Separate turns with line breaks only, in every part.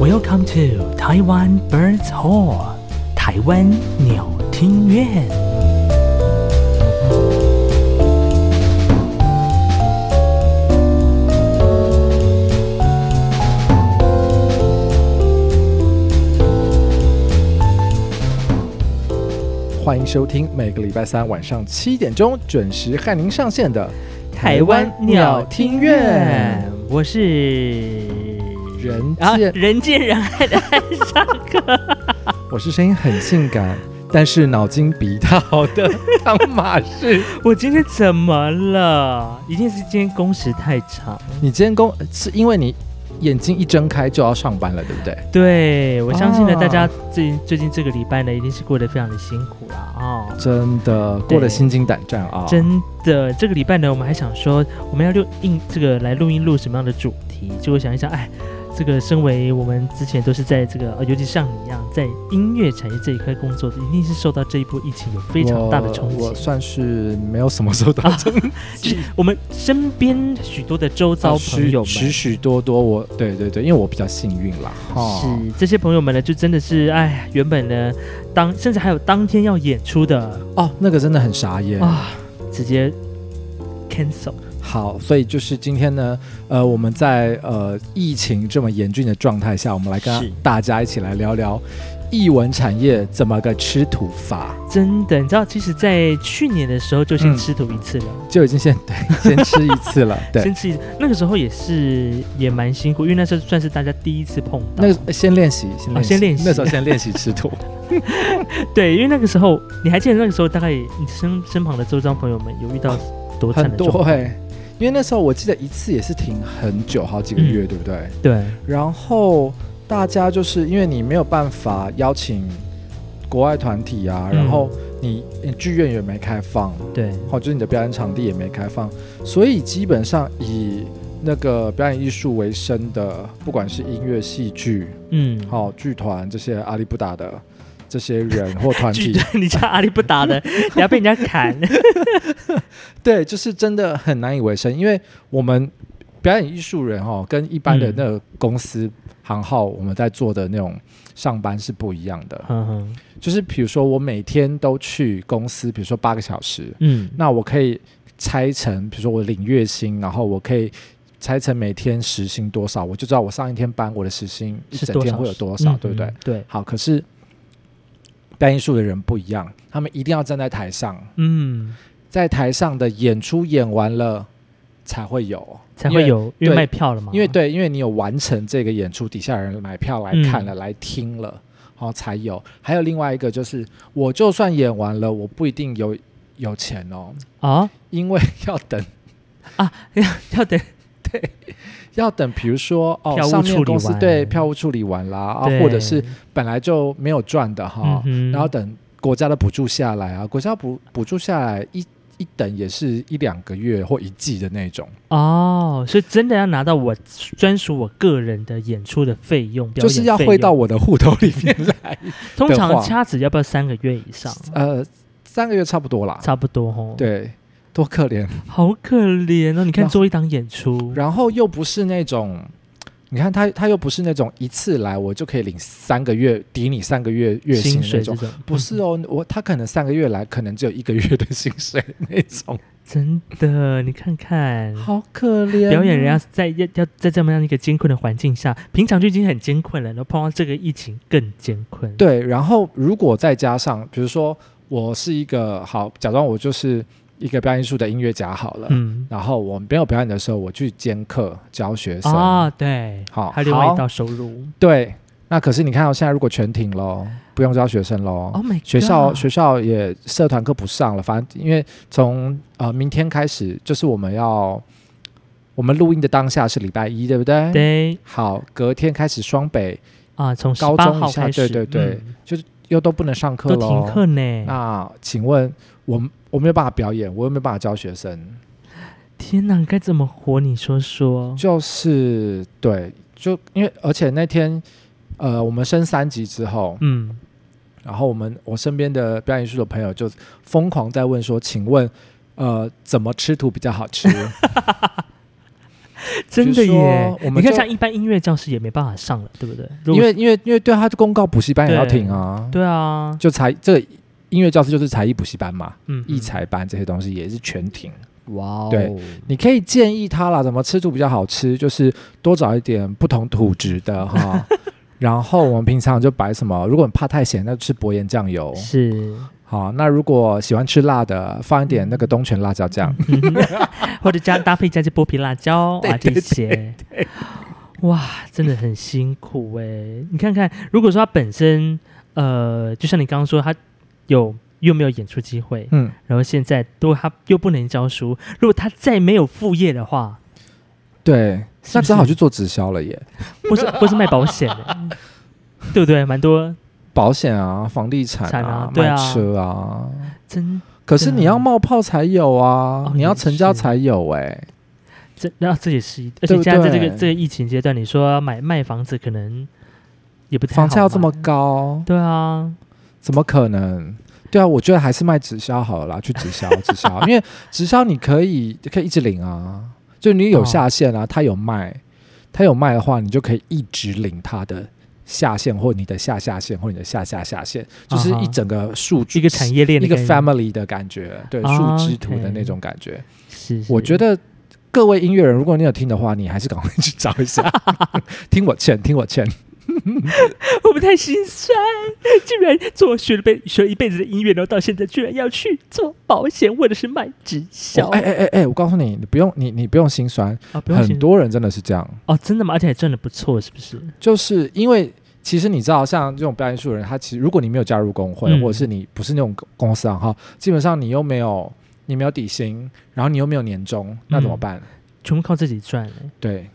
Welcome to Taiwan Birds Hall，台湾鸟听院。
欢迎收听每个礼拜三晚上七点钟准时和您上线的
我是
人
啊，
见
人见人爱的艾莎哥。
我是声音很性感，但是脑筋鼻套的汤马士。
我今天怎么了？一定是今天工时太长。
你今天工是因为你眼睛一睁开就要上班了，对不对？
对，我相信呢，
哦
大家最最近这个礼拜呢，一定是过得非常的辛苦啦哦。
真的过
对
得心惊胆战啊！
真的，这个礼拜呢，我们还想说我们要录音，这个来录音录什么样的主题？结果想一想，哎，这个身为我们之前都是在这个，呃，尤其像你一样，在音乐产业这一块工作的，一定是受到这一波疫情有非常大的冲
我我
击。
算是没有什么受到冲
就是
击。
我们身边许多的周遭朋友们，
许许许多多，我对对对，因为我比较幸运啦，哈，
是这些朋友们呢，就真的是，哎，原本呢，当甚至还有当天要演出的
哦，那个真的很傻眼
啊，直接 cancel。
好，所以就是今天呢，呃，我们在呃疫情这么严峻的状态下，我们来
是
跟大家一起来聊聊艺文产业怎么个吃土法，
真的，你知道，其实，在去年的时候就先
嗯
吃土一次了。
就已经先对先吃一 次了，对，
先吃一次，那个时候也是也蛮辛苦，因为那时候算是大家第一次碰到。
那个先练习，先
哦
练习，
先练习
那时候先练习吃土，
对，因为那个时候你还记得那个时候大概你身身旁的周遭朋友们有遇到多惨
很
的
多
状况
哎、因为那时候我记得一次也是停很久，好几个月，
嗯
对不对？
对，
然后大家就是因为你没有办法邀请国外团体啊，
嗯
然后你你剧院也没开放，
对，
好，哦就是你的表演场地也没开放，所以基本上以那个表演艺术为生的，不管是音乐、戏剧、
嗯，
好剧团这些阿里不达的这些人或团
拒
体
绝，你 家阿里不打的，你要被人家砍。
对，就是真的很难以为生，因为我们表演艺术人哦，跟一般的
嗯
那个公司行号我们在做的那种上班是不一样的。
嗯
就是比如说我每天都去公司，比如说八个小时，
嗯，
那我可以拆成，比如说我领月薪，然后我可以拆成每天时薪多少，我就知道我上一天班我的时薪一
是
整
多
天
少
会有多
嗯
少，对不对？
嗯对，
好，可是表演艺术的人不一样，他们一定要站在台上，
嗯，
在台上的演出演完了才会有，
才
因
会
为。
有，因为
对
卖票了嘛。
因为对，因为你有完成这个演出，底下人买票来看
嗯
了，来听了，哦才有。还有另外一个就是，我就算演完了，我不一定有有钱哦，
啊，
因为 要等
要等
要等，比如说哦
票，务
上
处
面
理
公司
完
对票务处理完啦，啊，
对
或者是本来就没有赚的哈，
嗯哼
然后等国家的补助下来啊，国家补补助下来一一等也是一两个月或一季的那种，
哦，所以真的要拿到我专属我个人的演出的费用，表
就
演
是要
费
汇
用
到我的户头里面来。
通
的
常
话
掐指要不要三个月以 上？
呃，三个月差不多啦，
差不多哦。，
对，多可怜。
好可怜哦！你看
然后
做一档演出，
然后又不是那种，你看他他又不是那种一次来我就可以领三个月抵你三个月月
薪
薪的那
水这
种。
种
不是
嗯
哦，我他可能三个月来，可能只有一个月的薪水那种，
真的，你看看。
好可怜。啊
表演人要在要要在这么样一个艰困的环境下，平常就已经很艰困了，然后碰到这个疫情更艰困。，
对，然后如果再加上，比如说我是一个好，假装我就是一个表演艺术的音乐家好了，
嗯，
然后我没有表演的时候，我去兼课教学生，
啊，对，
好
还有另外
好
一道收入。
对，那可是你看到现在如果全停喽，不用教学生喽。
Oh my，
学校
God
学校也社团课不上了，反正因为从呃明天开始就是我们要我们录音的当下是礼拜一，对不对？。
对
好，隔天开始双北
啊，从十
高
八
中以
号
下
开始，
对对对
嗯
又都不能上课
都
喽。
停课呢。
那请问我们我没有办法表演，我又没有办法教学生，
天哪，该怎么活？你说说。
就是对，就因为而且那天呃我们升三级之后，
嗯，
然后我们我身边的表演艺术的朋友就疯狂 在问说，请问，呃，怎么吃土比较好吃？
真的
比如
耶
说！我
你
们
看，
就
像一般音乐教室也没办法上了，对不对？如
因
果
为因为因为对他公告补习班也要
对
停啊，
对啊，
就才这个音乐教室就是才艺补习班嘛，
嗯，
艺才班这些东西也是全停。
哇哦，
对你可以建议他啦，怎么吃住比较好吃，就是多找一点不同土质 的哈。然后我们平常就摆什么，如果你怕太咸，那就吃薄盐酱油。
是，
好，那如果喜欢吃辣的，放一点那个东泉辣椒酱。
嗯哼或者加搭配加些剥皮辣椒
对
啊这
对对
些，哇，真的很辛苦哎、你看看，如果说他本身呃，就像你刚刚说，他有又没有演出机会，
嗯，
然后现在都他又不能教书，如果他再没有副业的话，
对，
是
那
不
只好
是
去做直销了耶，
或是或是卖保险的、 对不对？蛮多
保险啊，房地产
产
啊
啊，对啊
卖车啊。
真
可是你要冒泡才有
哦
啊，你要
也
成交
是
才有哎。
这那这也是一，而
对
且
不
现在在这个
对
这个疫情阶段，你说要买卖房子可能也不太
房价
好
要这么
买
高，
对啊，
怎么可能？对啊，我觉得还是卖直销好了啦，去直销直销，因为直销你可以可以一直领啊，就你有下线啊，他有卖，他有卖的话，你就可以一直领他的下线或你的下下线或你的下下下线，就是
啊哈
一整个数据
一个产业链的
一个
概念
family 的感觉，对
啊
树枝图的
OK
那种感觉。
是
我觉
得
得各位音乐人，如果你有听的话，你还是赶快去找 一下，听我劝，听我劝。
我们太心酸，居然做学了辈学了一辈子的音乐，然后到现在居然要去做保险或者是卖直销
哦哎哎哎哎，我告诉你，你不用你你不用心酸，
啊，不用
很
心
多人真的是这样。
哦，真的吗？而且还赚的不错，是不是？
就是因为其实你知道，像这种表演艺术人，他其实如果你没有加入工会，
嗯
或者是你不是那种公公司行号，基本上你又没有你没有底薪，然后你又没有年终，那
嗯
怎么办？
全部靠自己赚、欸，
对，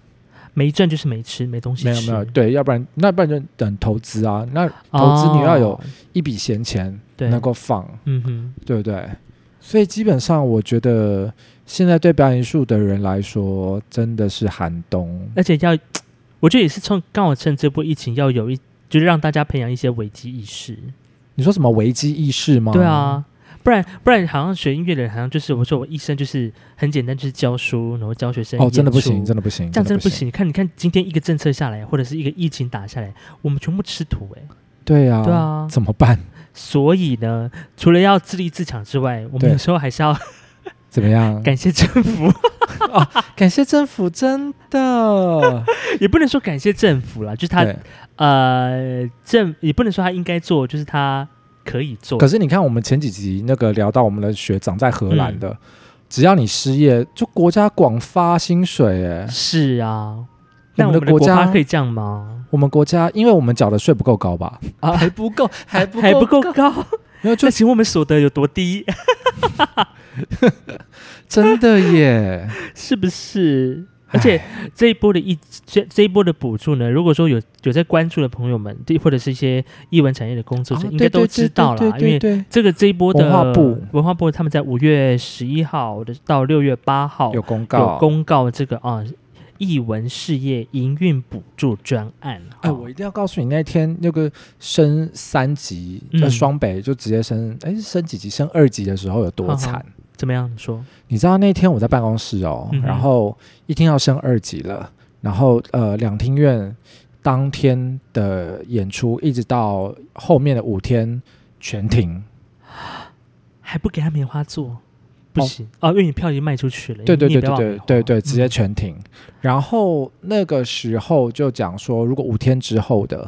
没赚就是没吃，没东西
没有
吃，
没有，对，要不然那不然就等投资啊，那
哦，
投资你要有一笔闲钱
对
能，够放，
嗯哼，
对不对？所以基本上，我觉得现在对表演艺术的人来说，真的是寒冬。
而且要，我觉得也是趁刚好趁这波疫情要有一，就是让大家培养一些危机意识，
你说什么危机意识吗？
对，啊。不然不然，好像学音乐的人，好像就是我说我一生就是很简单，就是教书，然后教学生
哦，真的不
演出
行，真的不行，
这样真的不
不行。
行。你看，你看，今天一个政策下来，或者是一个疫情打下来，我们全部吃土哎、
对啊，
对啊。
怎么 办？
所以呢，除了要自立自强之外，我们
对
有时候还是要
怎么样？
感谢政府，
感谢政府，真的。
也不能说感谢政府啦，就是 他
对，
呃政，也不能说他应该做，就是他可以做。
可是你看，我们前几集那个聊到我们的学长在荷兰
嗯
的，只要你失业，就国家广发薪水。哎，
是啊，那
我
我
们
们
的
的国
国家
家可以这样吗？
我们国家因为我们缴的税不够高吧？
啊
还不 够，还不
还不够高，
没有就
那请问我们所得有多 低？
真的耶。
是不是？ 而且这一波的一这这一波的补助呢，如果说有有在关注的朋友们，对或者是一些艺文产业的工作者，
啊
应该都知道
对
啦，因
对对对
为
对对
这个这一波的
文化部
文化部他们在五月十一号的到六月八号
有公告
哦有。公告这个啊艺文事业营运补助专案。
哎，
哦
我一定要告诉你，那天那个升三级，在
嗯
双北就直接升，哎，升几级？升二级的时候有多
嗯哼
惨？
怎么样你说？
你知道那天我在办公室哦，
嗯哼
然后一听要升二级了，然后呃，两厅院当天的演出一直到后面的五天全停。
还不给他棉花做？不行哦，因为你票已经卖出去了。
对对
你也
对
不要
对
往
对
里花
对对，直接
嗯
全停。然后那个时候就讲说，如果五天之后的，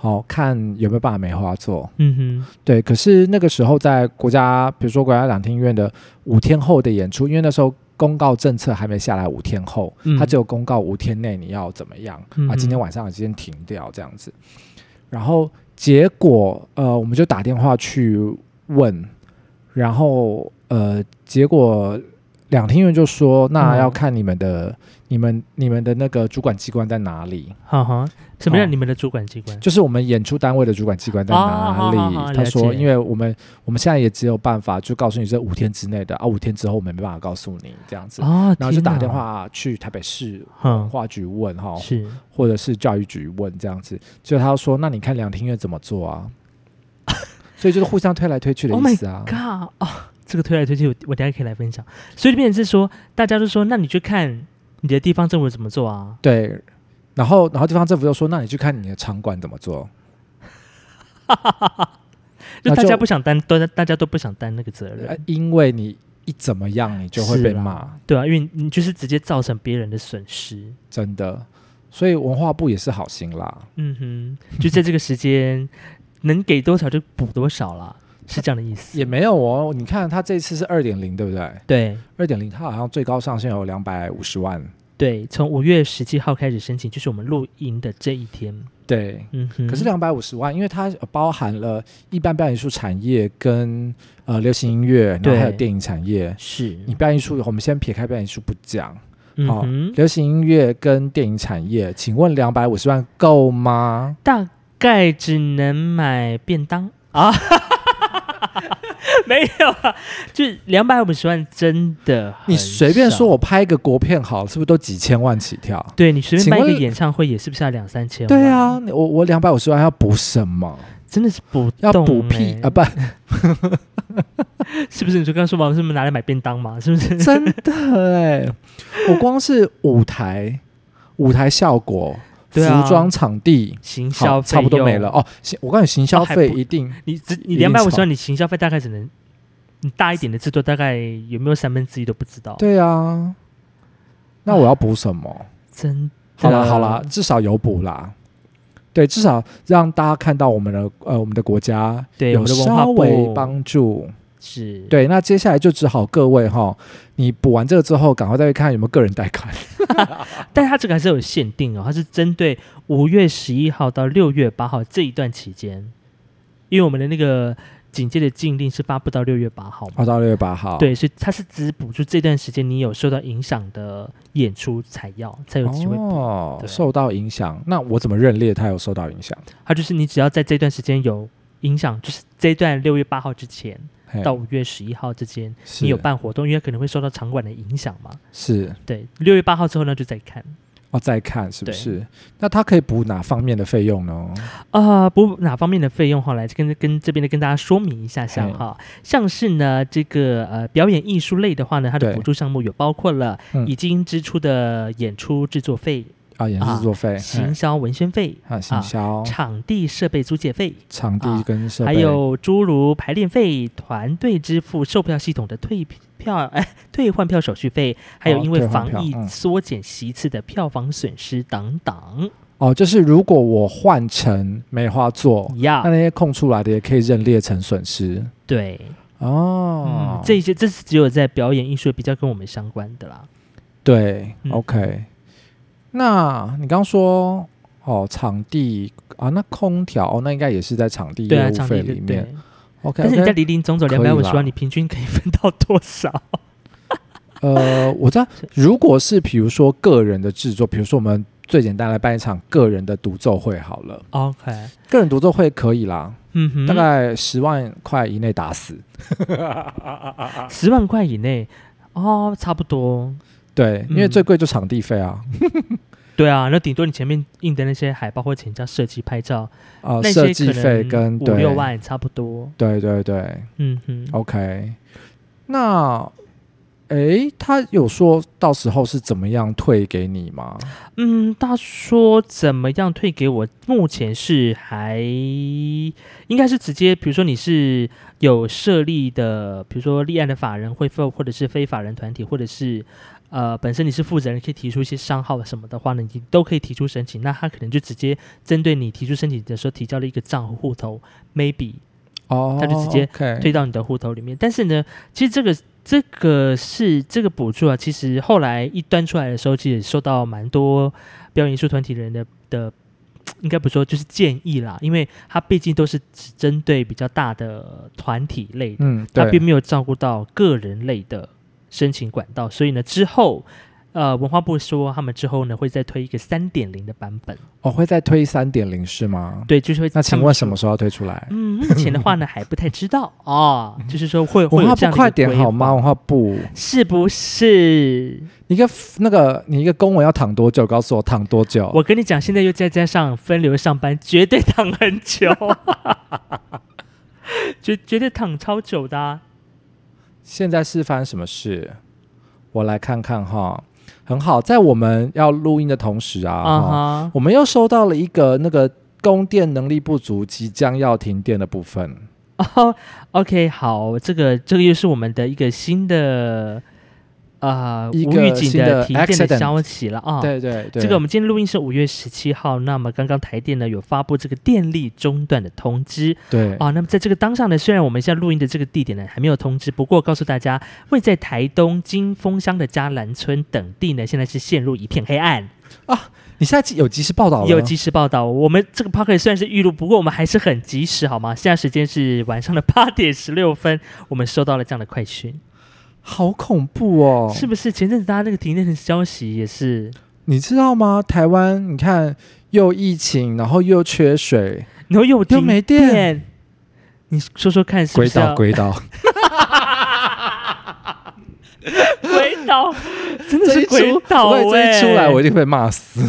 好、看有没有办法梅花做。
嗯哼，
对，可是那个时候在国家，比如说国家两厅院的五天后的演出，因为那时候公告政策还没下来，五天后，
嗯
它只有公告五天内你要怎么样、
嗯
啊，
哼
今天晚上先停掉这样子。然后结果呃，我们就打电话去问，然后呃，结果两厅院就说，那
嗯
要看你们的、你们、你们的那个主管机关在哪里，
哈哈，什么
哦
样？你们的主管机关？
就是我们演出单位的主管机关在
哦好
哪里？
好好
他
了
说，
解
因为我们我们现在也只有办法就告诉你这五天之内的啊，五天之后我们没办法告诉你这样子。
哦，
然后就
天
打
哪
电，话去台北市文
哼，
化局问哈，
是
或者是教育局问这样子，就他说，那你看两厅院怎么做啊？ 所以就是互相推来推去的
Oh
意思啊。
God 哦，这个推来推去，我我等一下可以来分享。所以变成是说，大家都说，那你就看你的地方政府怎么做啊？
对，然后然后地方政府又说，那你去看你的场馆怎么做。
就
那
大
就
家不想担，都大家都不想担那个责
呃
任，
因为你一怎么样，你就会
是
被
啦
骂，
对啊，因为你就是直接造成别人的损失。
真的。所以文化部也是好心啦，
嗯哼，就在这个时 间，能给多少就补多少啦，是这样的意思。
也没有哦。你看他这次是二点零，对不对？
对
二点零，它好像最高上限有两百五十万。
对，从五月十七号开始申请，就是我们录音的这一天。
对，
嗯哼，
可是两百五十万，因为它包含了一般表演艺术产业跟呃流行音乐，然后
对嗯
还有电影产业。
是，
你表演艺术，我们先撇开表演艺术不讲，
嗯
好
哼，
流行音乐跟电影产业，请问两百五十万够吗？
大概只能买便当啊。 没有啊，就两百五十万，真的很
你随便
少
说，我拍一个国片好，是不是都几千万起跳？
对你随便办一
请
个
问
演唱会也是不是要两三千？
对，啊，我我两百五十万要补什么？
真的是补
要补屁
欸
啊！不，
是不是？你就刚刚说嘛，是不是拿来买便当嘛？是不是？
真的哎、我光是舞台、舞台效果、
对啊
服装、场地，
行销
好，
费
差不多
用
没了。哦。行，我告诉你，行销
哦还
费
不
一定
你只你
一定
两百五十
少
万，你行销费大概只能你大一点的制作，大概有没有三分之一都不知道。，
对啊。那我要补什么？
真
好啦
的
好啦，至少有补啦。对，至少让大家看到我们的呃我们的国家
对我
有
们的文化
稍微
部
帮助。
是，
对，那接下来就只好各位哈，你补完这个之后，赶快再去看有没有个人贷款。
但它这个还是有限定哦，它是针对五月十一号到六月八号这一段期间，因为我们的那个警戒的禁令是发布到六月八号嘛，
好，到六月八号。，
对，所以它是只补助这段时间你有受到影响的演出才要才有机会，
哦，
对
受到影响，那我怎么认列他有受到影响？
它就是你只要在这段时间有影响，就是这段六月八号之前
嘿
到五月十一号之间，
是
你有办活动，因为可能会受到场馆的影响嘛，
是
对，六月八号之后呢就再看。
哦，再看是不
对
是？那他可以补哪方面的费用呢？
啊，不哪方面的费用哈，来跟跟这边的跟大家说明一下下
嘿
哈，像是呢这个呃表演艺术类的话呢，它的
对
补助项目有包括了
嗯
已经支出的演出制作费、
啊，演
啊
制作费、
行
嘿
销文宣费、
啊，行销、
场地设备租借费，
场地
啊
跟设备，
还有诸如排练费、团队支付、售票系统的退票哎退换票手续费，还有
哦
因为
退换
防
票
疫
嗯
缩减席次的票房损失等等
哦，就是如果我换成梅花座，
呀
那那些空出来的也可以认列成损失
对。
哦
嗯，。这一些这是只有在表演艺术比较跟我们相关的啦。
对、
嗯
o k 那你刚说哦，场地啊，那空调、哦、那应该也是在场地
对
业
啊，
务
场
费
地的
里面
对。
OK，
但是你在零零总总
可
两
以
百
啦
五十万，你平均可以分到多 少？
呃，我知道，如果是比如说个人的制作，比如说我们最简单来办一场个人的独奏会好了，
OK，
个人独奏会可以啦，
嗯哼，
大概十万块以内打死。
十万块以内哦，差不多。
对，因为
嗯
最贵就场地费啊，
对啊，那顶多你前面印的那些海报或请人家设计拍照，
啊，
那
设
些
计
可
费
能
跟
五
对
六，万差不多。
对对对
嗯哼，
，OK。那，诶，他有说到时候是怎么样退给你吗？
嗯，他说怎么样退给我？目前是还应该是直接，比如说你是有设立的，比如说立案的法人会否，或者是非法人团体，或者是呃本身你是负责人，可以提出一些商号什么的话呢，你都可以提出申请。那他可能就直接针对你提出申请的时候提交了一个账户户头，maybe
哦，
他就直接
OK
推到你的户头里面。但是呢，其实这个这个是这个补助啊，其实后来一端出来的时候，其实受到蛮多表演艺术团体的人的的，应该不说就是建议啦，因为它毕竟都是只针对比较大的团体类的，
嗯，
它并
对，
没有照顾到个人类的申请管道，所以呢之后。呃，文化部说他们之后呢会再推一个三点零的版本，
我哦会再推三点零是吗？
对，就是会。
那请问什么？时候要推出来？
嗯，目前的话呢还不太知道哦，就是说会会
嗯文
有
化
这样的一
部
个
快点
规划
好吗？文化部，
是不是？
你一个 f- 那个你一个公文要躺多久？告诉我躺多久？
我跟你讲，现在又再加上分流上班，绝对躺很 久，绝绝对躺超久的、啊。
现在是发生什么事？我来看看哈。很好，在我们要录音的同时啊，
啊
哈
哈，
我们又收到了一个那个供电能力不足、即将要停电的部分。
哦，OK，好，这个这个又是我们的一个新的啊、呃、
一
无
个
预警
新的
停电
accident
的消息了啊。
对对对，
这个我们今天录音是五月十七号，那么刚刚台电呢有发布这个电力中断的通知
对
啊、那么在这个当上呢，虽然我们现在录音的这个地点呢还没有通知，不过告诉大家，位在台东金峰乡的嘉兰村等地呢，现在是陷入一片黑暗。
你现在有及时报道了，
有及时报道，我们这个 p o c k e t 虽然是预录，不过我们还是很及时，好吗？现在时间是晚上的八点十六分，我们收到了这样的快讯，
好恐怖哦！
是不是？前阵子大家那个停电的消息也是，
你知道吗？台湾，你看又疫情，然后又缺水，
然后又
又
停
没电
电，你说说看，是不是要啊
鬼岛，
鬼 岛，真的
这
是
一
鬼
出，
岛
我
哎、
这一出来我一定会骂死。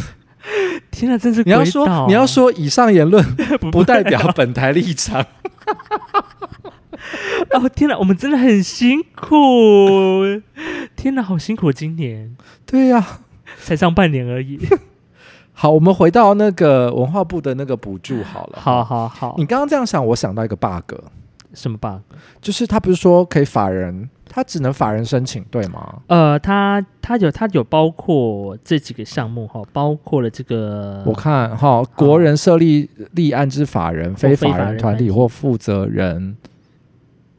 天哪，真是
你
鬼岛！。
要说你要说以上言论不代表
啊
本台 立场，
哦，天哪，我们真的很辛苦， 天哪，好辛苦，今年
对啊呀、
才上半年而 已。
好，我们回到那个文化部的那个补助好了。
啊好，好好
你，刚刚这样想，我想到一个 bug，
什么 bug？
就是他不是说可以法人，他只能法人申请，对吗？
呃，它它有它有包括这几个项目哈，包括了这个
我看哈，国人设立立案之法人、非
非
法
法
人
人
团体
团体
或负责人。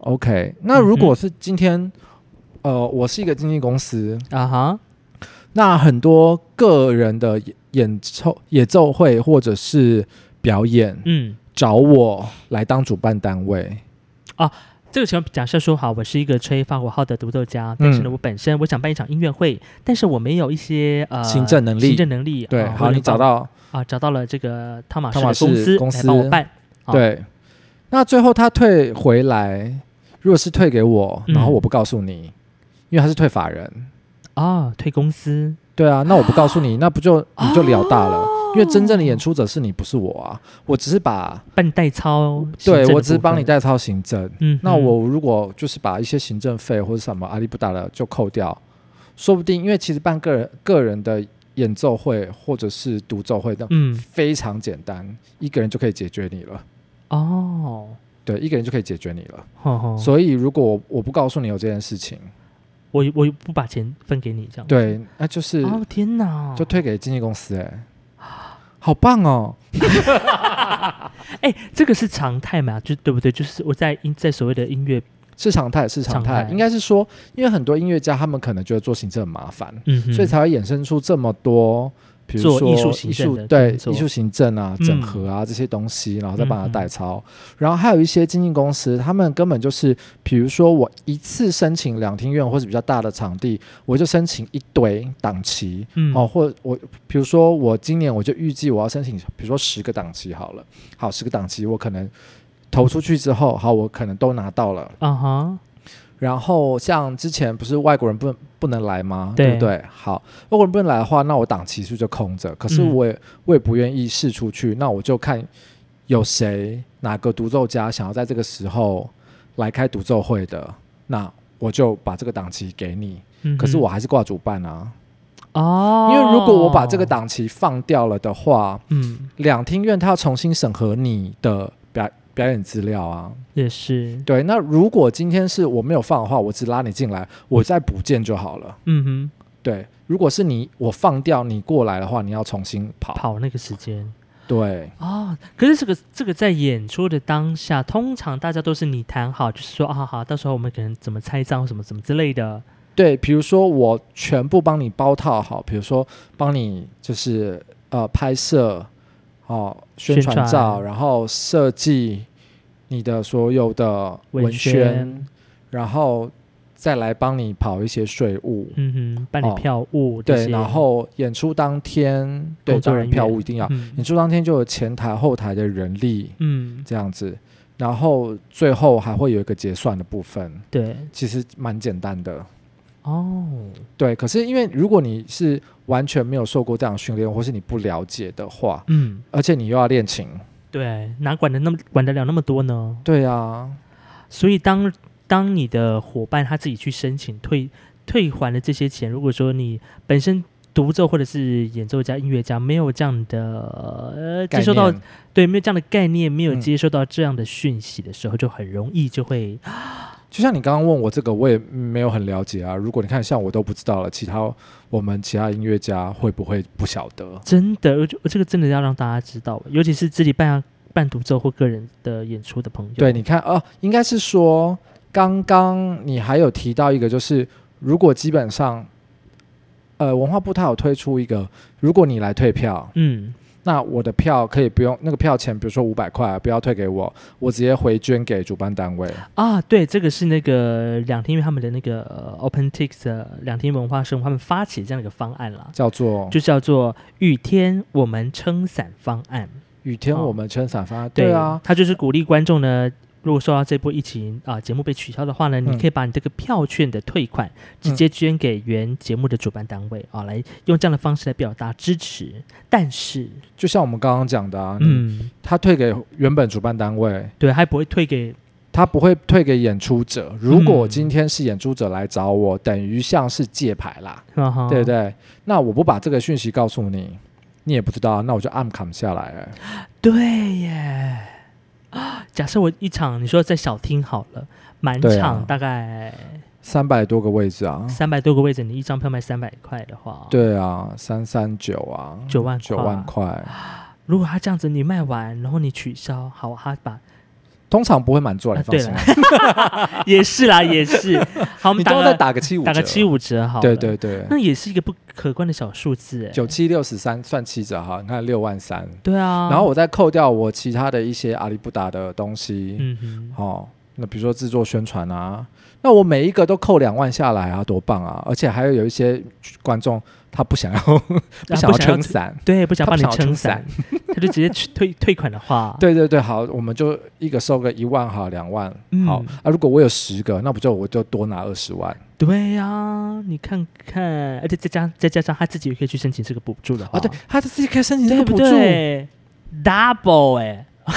OK，那如果是今
嗯
天，呃，我是一个经纪公司，
啊哈
那很多个人的演演奏演奏会或者是表演，
嗯，
找我来当主办单位，
这个情况假设说好，我是一个吹法国号的独奏家，但是呢，
嗯
我本身我想办一场音乐会，但是我没有一些呃
行政能力
行政能力
对，
啊
好，
我
你找到
啊找到了这个汤马士
汤马
的
士
公司
公
来
司
帮我办，好
对，那最后他退回来，如果是退给我，
嗯
然后我不告诉你，因为他是退法人，
啊，退公司
对啊，那我不告诉你，那不就你就了大了？
哦
因为真正的演出者是你，不是我啊，我只是把
办代操行政
对
的部分，
我只是帮你代操行政。
嗯，嗯，
那我如果就是把一些行政费或者什么阿里不达的就扣掉，说不定因为其实办个人个人的演奏会或者是独奏会，那
嗯
非常简单，一个人就可以解决你了。
哦，
对，一个人就可以解决你了。
吼吼
所以如果我我不告诉你有这件事情，
哦我我不把钱分给你这样，，
对，那就是
哦天哪，
就退给经纪公司、哎，好棒哦！
哎、这个是常态嘛，就对不对？就是我在音在所谓的音乐，
是常态，是常
常
态，
态
应该是说，因为很多音乐家他们可能觉得做行政很麻烦，
嗯哼，
所以才会衍生出这么多，比如说
做艺术行政的
艺术对
工作
艺术行政啊、
嗯
整合啊、这些东西，然后再帮
嗯嗯
他代操。然后还有一些经纪公司，他们根本就是，比如说我一次申请两厅院或者比较大的场地，我就申请一堆档期。
嗯
哦，或我比如说我今年我就预计我要申请，比如说十个档期好了，好十个档期我可能投出去之后，好我可能都拿到了，
啊哈，
然后像之前不是外国人不不能来吗？
对
对不对？好，外国人不能来的话，那我档期是不是就空着？可是
嗯
我也、我也不愿意试出去，那我就看有谁哪个独奏家想要在这个时候来开独奏会的，那我就把这个档期给你。
嗯哼
可是我还是挂主办啊，
哦，
因为如果我把这个，档期放掉了的话，
嗯，
两厅院他要重新审核你的表表演资料啊。
也是，
对，那如果今天是我没有放的话，我只拉你进来，我再补件就好了。
嗯
对，如果是你我放掉你过来的话，你要重新跑。
哼，跑那个时间
对，
哦，可是这个这个在演出的当下，通常大家都是你谈好，就是说啊好，到时候我们可能怎么拆账什么什么之类的，
对，比如说我全部帮你包套好，比如说帮你就是呃拍摄哦宣
宣
传
传
照，然后设计你的所有的
文
文宣，
宣
然后再来帮你跑一些税务。
嗯哼，办理
哦
票务这些、
对，然后演出当天，对，
工作
当
人
然
员
票务一定要，演
嗯
出当天就有前台、后台的人力
嗯，
这样子，然后最后还会有一个结算的部分，
对，
其实蛮简单的。
哦，
对，可是因为如果你是完全没有受过这样的训练，或是你不了解的话，
嗯，
而且你又要练琴，
对，哪管得那么管得了那么多呢？
对啊，
所以当当你的伙伴他自己去申请退退还了这些钱，如果说你本身独奏或者是演奏家、音乐家没有这样的呃
概
接收到
念
对没有这样的概念，没有
嗯
接收到这样的讯息的时候，就很容易就会
就像你刚刚问我这个，我也没有很了解啊。如果你看像我都不知道了，其他我们其他音乐家会不会不晓得？
真的，我就我这个真的要让大家知道，尤其是自己办办独奏或个人的演出的朋友，
对，你看哦，应该是说刚刚你还有提到一个，就是如果基本上，呃，文化部它有推出一个，如果你来退票，
嗯，
那我的票可以不用那个票钱，比如说五百块，啊不要退给我，我直接回捐给主办单位。
啊，对，这个是那个两厅院他们的那个呃 OpenTix 的两厅文化生活他们发起这样的一个方案啦，
叫做
就叫做雨天我们撑伞方案。
雨天
哦
我们撑伞发，对啊，
他就是鼓励观众呢。如果受到这波疫情啊、节目被取消的话呢，你
嗯
可以把你这个票券的退款直接捐给原节目的主办单位啊、来用这样的方式来表达支持。但是，
就像我们刚刚讲的啊，嗯，
嗯，
他退给原本主办单位，
对，还不会退给
他不会退给演出者。如果
嗯
今天是演出者来找我，等于像是借牌啦，
啊哈
对不对？那我不把这个讯息告诉你，你也不知道，那我就暗砍下来、欸。
对耶。啊假设我一场，你说在小厅好了，满
对啊
场大概
三百多个位置啊，
三百多个位置，你一张票卖三百块的话，，
对啊，三三九啊，
九万
九万块，
如果他这样子你卖完，然后你取消，好，他把
通常不会满座，
啊
你放心、啊，
也是啦，也 是。好，我
你
们打
都再
个
打个七五，
打个七
五，
五折好了。
对，对对，
那也是一个不可观的小数字耶。
九七六十三算七折哈，你看六万三，
对啊，
然后我再扣掉我其他的一些阿里不达的东西，
嗯哼，
哦，那比如说制作宣传啊，那我每一个都扣两万下来啊，多棒啊！而且还有有一些观众他不想要 不
啊
想要撑伞，
对，不想
他
帮
不
你
想要
撑
撑
伞，他 就直接去退退款的话，，
对对对，好，我们就一个收个一万好，两万
嗯
好、啊。如果我有十个，那不就我就多拿二十万啊
对呀、你看看，而且再加再加上他自己也可以去申请这个补助的话，
啊？对，，他自己可以申请这
哦对
个
不
补助，
对？Double 哎、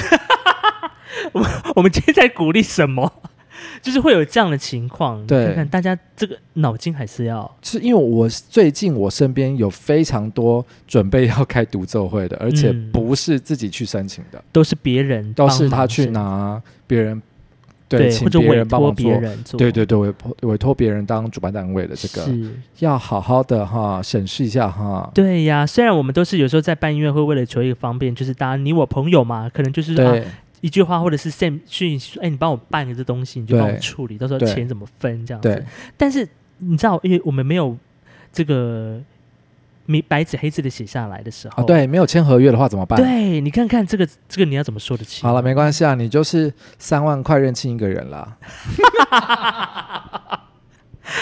我我们今天在鼓励什么？ 就是会有这样的情况，
对
看看大家这个脑筋还是要，
是因为我最近我身边有非常多准备要开独奏会的，而且
嗯
不是自己去申请的，
都是别人
都
帮忙
是他去
申
拿别人。
对，
请
或者
别
委
人帮
托
忙
别
做
人做，
对对对，委托委托别人当主办单位的这个，
是，
要好好的哈审视一下哈。
对呀。虽然我们都是有时候在办音乐会，为了求一个方便，就是大家你我朋友嘛，可能就是啊
对
一句话或者是 Sam 讯息说，哎，你帮我办个这东西，你就帮我
对
处理，到时候
对
钱怎么分这样
对
子。但是你知道，因为我们没有这个明白纸黑字的写下来的时候，
啊，对，没有签合约的话怎么办？
对，你看看这个这个你要怎么说得清？
好了，没关系啊，你就是三万块认清一个人啦。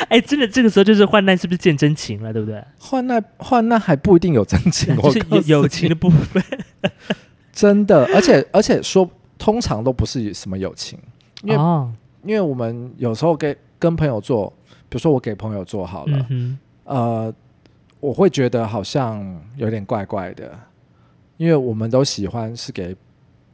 哎，真的这个时候就是患难是不是见真情了，对不对？
患难患难还不一定有真情， 我
就是
告诉
友友
你
情的部分，
真的，而且而且说通常都不是什么友情，因为、
哦，
因为我们有时候给跟朋友做，比如说我给朋友做好了，
嗯哼，
呃，我会觉得好像有点怪怪的，因为我们都喜欢是给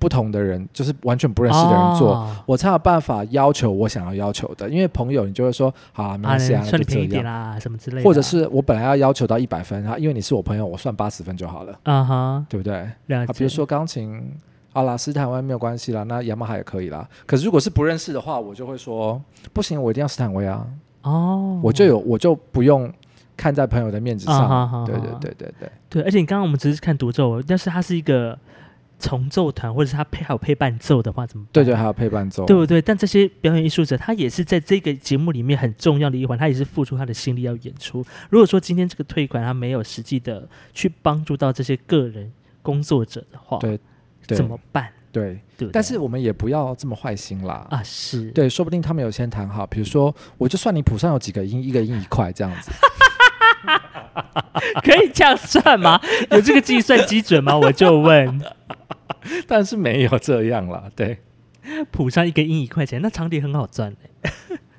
不同的人，就是完全不认识的人做，
哦
我才有办法要求我想要要求的。因为朋友，你就会说好、啊，没
啊，
关系啊，
算
那
你
就
便宜
这
一点
样。
啦，什么之类的，啊
或者是我本来要要求到一百分，啊，因为你是我朋友，我算八十分就好了，
啊哈，
对不对？啊，
了解。
比如说钢琴，啊啦，斯坦威没有关系啦，那雅马哈也可以啦。可是如果是不认识的话，我就会说不行，我一定要斯坦威啊，
哦，
我就有我就不用看在朋友的面子
啊
上，
哈哈哈
对对对对对，
对，而且你刚刚我们只是看独奏，要是它是一个重奏团，或者是它配还有配伴奏的话，怎么办？
对对，还有配伴奏，
对不对？但这些表演艺术者，他也是在这个节目里面很重要的一环，他也是付出他的心力要演出。如果说今天这个退款他没有实际的去帮助到这些个人工作者的话，
对对
怎么办？
对
对不对？
但是我们也不要这么坏心啦。
啊，是，
对，说不定他们有先谈好，比如说，我就算你谱上有几个音，一个音一块 这样子。
可以这样算吗？ 有这个计算基准吗？我就问，
但是没有这样啦，对，
谱上一个音一块钱，那场地很好赚、欸、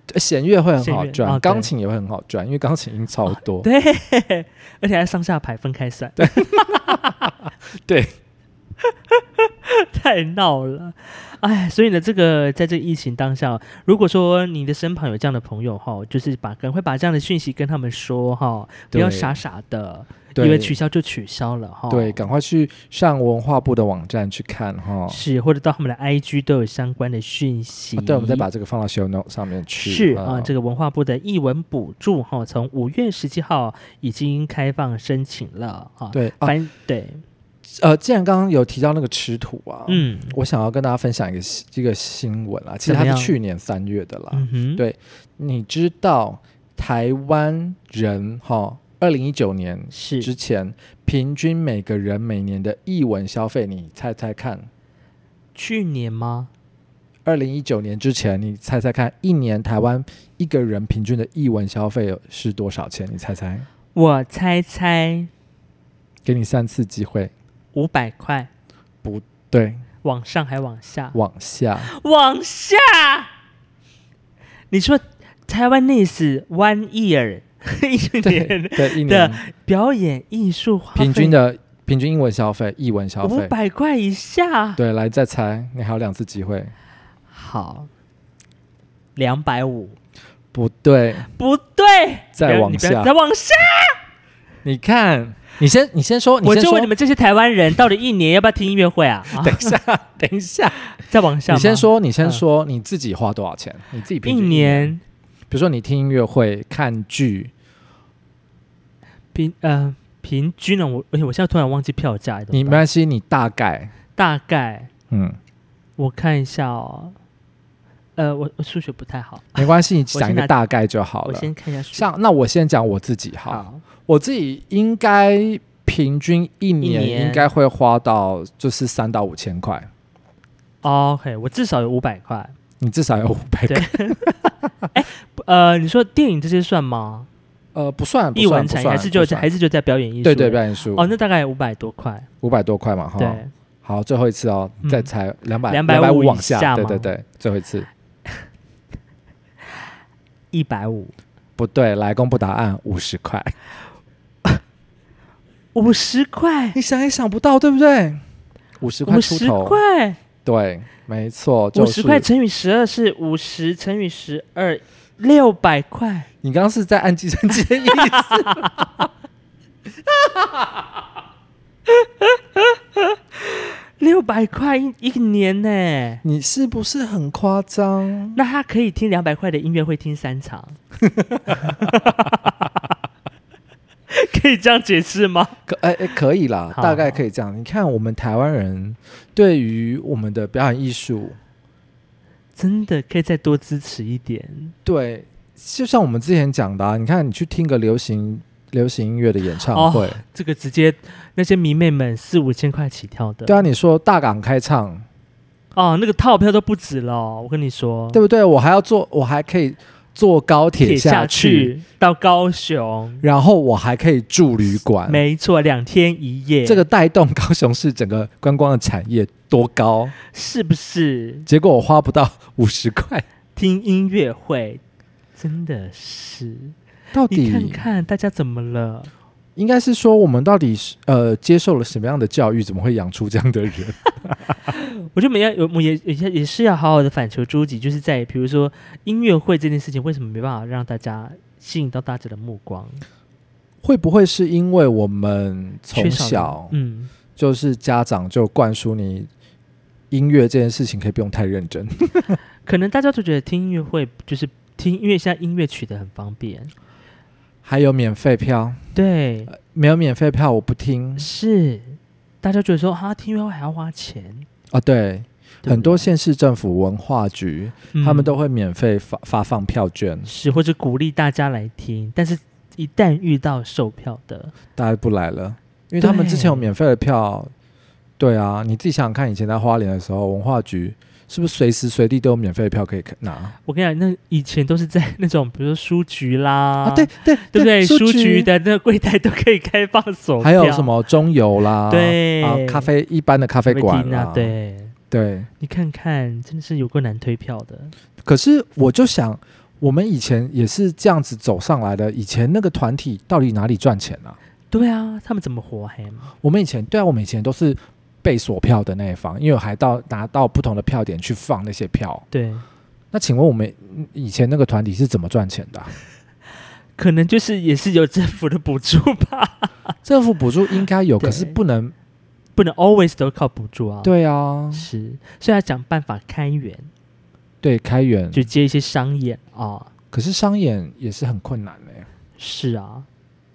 对弦乐会很
弦
好
乐
赚，
哦对哦
钢琴也会很好赚，因为钢琴音超多。
对， 而且还上下排分开算。
对，
太闹了，哎，所以呢，这个在这个疫情当下，如果说你的身旁有这样的朋友哈，就是把赶快把这样的讯息跟他们说哈，不要
对
傻傻的
对
以为取消就取消了哈。
对，赶快去上文化部的网站去看哈。
是或者到他们的 IG 都有相关的讯息。
啊对，我们再把这个放到 show note 上面去。
是啊，这
个
个文化部的译文补助哈，从五月十七号已经开放申请了啊。
对啊，
反对，
呃，既然刚刚有提到那个吃土啊，
嗯
我想要跟大家分享一个新一个新闻啦，其
怎
实
么
它是
样
去年三月的啦。
嗯哼，
啊对你知道台湾人哈，二零一九年
是
之前平均每个人每年的译文消费，你猜猜看？
去年吗？
二零一九年之前，你猜猜看，一年台湾一个人平均的译文消费是多少钱？你猜猜？
我猜猜
给你三次机会，
五百块，
对，
往上还往下？
往 下，
往下。你说台湾那是 One Year 一
对
年
对，一
的
年
表演艺术花费
平均的平均英文消费，译文消
五
费，
百块以下。
对，来再猜，你还有两次机会，
好，两百五，
不对，
不对，
再
不要
往
你不要
下
再往下。
你看，你先你先说，你
我
先
就
说
问你，们这些台湾人，到底一年要不要听音乐会 啊？啊
等一下，等一下，
再往下，
你先。说，你先说你自己花多少钱？你自己
嗯一
平均一，
年
比如说你听音乐会、看剧，
平呃平均呢，我而哎且我现在突然忘记票价，怎么
你没
办
关系，你大概，
大概
嗯，
我看一下哦，呃，我我数学不太好，
没关系，你讲一
先
个
拿
大概就好
我
了。
先看一下数学。
像那我先讲我自己哈，
好，
我自己应该平均一年
年
应该会花到就是三到五千块，
哦 OK，我至少有五百块。
你至少有五百
对
块，
不呃，你说电影这些算吗？
呃，不算，不
艺
算
文
不
产
算，
业还是就
不
在
算
还是就在表演艺术？
对对表演哦书
哦，那大概五百多块。
五百多块嘛哈。
对，
好，最后一次哦，
嗯
再猜两百
250
五往
以下
对
嘛
对对，最后一次。
一百五，
不对，来公布答案，五十块。
五十块，
你想也想不到，对不对？五十块
五
出
十
头，
块，
对，没错，就
五
是
十块。乘以十二是五十乘以十二，六百块。
你刚刚是在按计算机的意思？
六百块一一年呢，
你是不是很夸张？
那他可以听两百块的音乐会听三场， 可以这样解释吗？
可哎哎，可以啦，
好
大概可以这样。你看，我们台湾人对于我们的表演艺术，
真的可以再多支持一点
对，就像我们之前讲的、啊，你看，你去听个流行流行音乐的演唱会，
这个直接那些迷妹们四五千块起跳的，
对啊，你说大港开唱，
哦，那个套票都不止了哦，我跟你说，
对不对？我还要坐，我还可以坐高铁
铁
下
下
去，
去到高雄，
然后我还可以住旅馆，
没错，两天一夜，
哎这个带动高雄市整个观光的产业多高？
是不是
结果我花不到五十块，
听音乐会？真的是，
到
你
底
看看大家怎么了？
应该是说我们到底是呃接受了什么样的教育，怎么会养出这样的人？
我觉得我们要有，我们也也也是要好好的反求诸己，就是在比如说音乐会这件事情，为什么没办法让大家吸引到大家的目光？
会不会是因为我们从
缺少
小
人嗯。
就是家长就灌输你音乐这件事情可以不用太认 真？
可能大家都觉得听音乐会就是听，因为现在音乐取得很方便。
还有免费票，
对，
没有免费票我不听
是，大家觉得说哈，听音乐会还要花钱，
啊！对，
对不对
很多县市政府文化局、
嗯
他们都会免费发发放票券，
是或者鼓励大家来听，但是一旦遇到售票的，
大家不来了，因为他们之前有免费的票。对啊，你自己想想看，以前在花莲的时候，文化局是不是随时随地都有免费的票可以拿啊？
我跟你讲，那以前都是在那种比如说书局啦，
啊对对
对不对？
书
书局的那个柜台都可以开放手票，
还有什么中油啦，
对
啊，咖啡一般的咖啡
咖啡
馆
厅
啦
啊，，对。
对。
你看看，真的是有够难推票的，
可是我就想，我们以前也是这样子走上来的，以前那个团体到底哪里赚钱啊？
对啊，他们怎么活还？
我们以前对啊，我们以前都是被锁票的那一方，因为我还到拿到不同的票点去放那些票。
对，
那请问我们以前那个团体是怎么赚钱的啊、
可能就是也是有政府的补助吧，
政府补助应该有，可是
对
不能。
不能 always 都靠补助啊。，
对啊，
是，所以要想办法开源，
对开源，
就接一些商演啊。
可是商演也是很困难嘞、
是啊，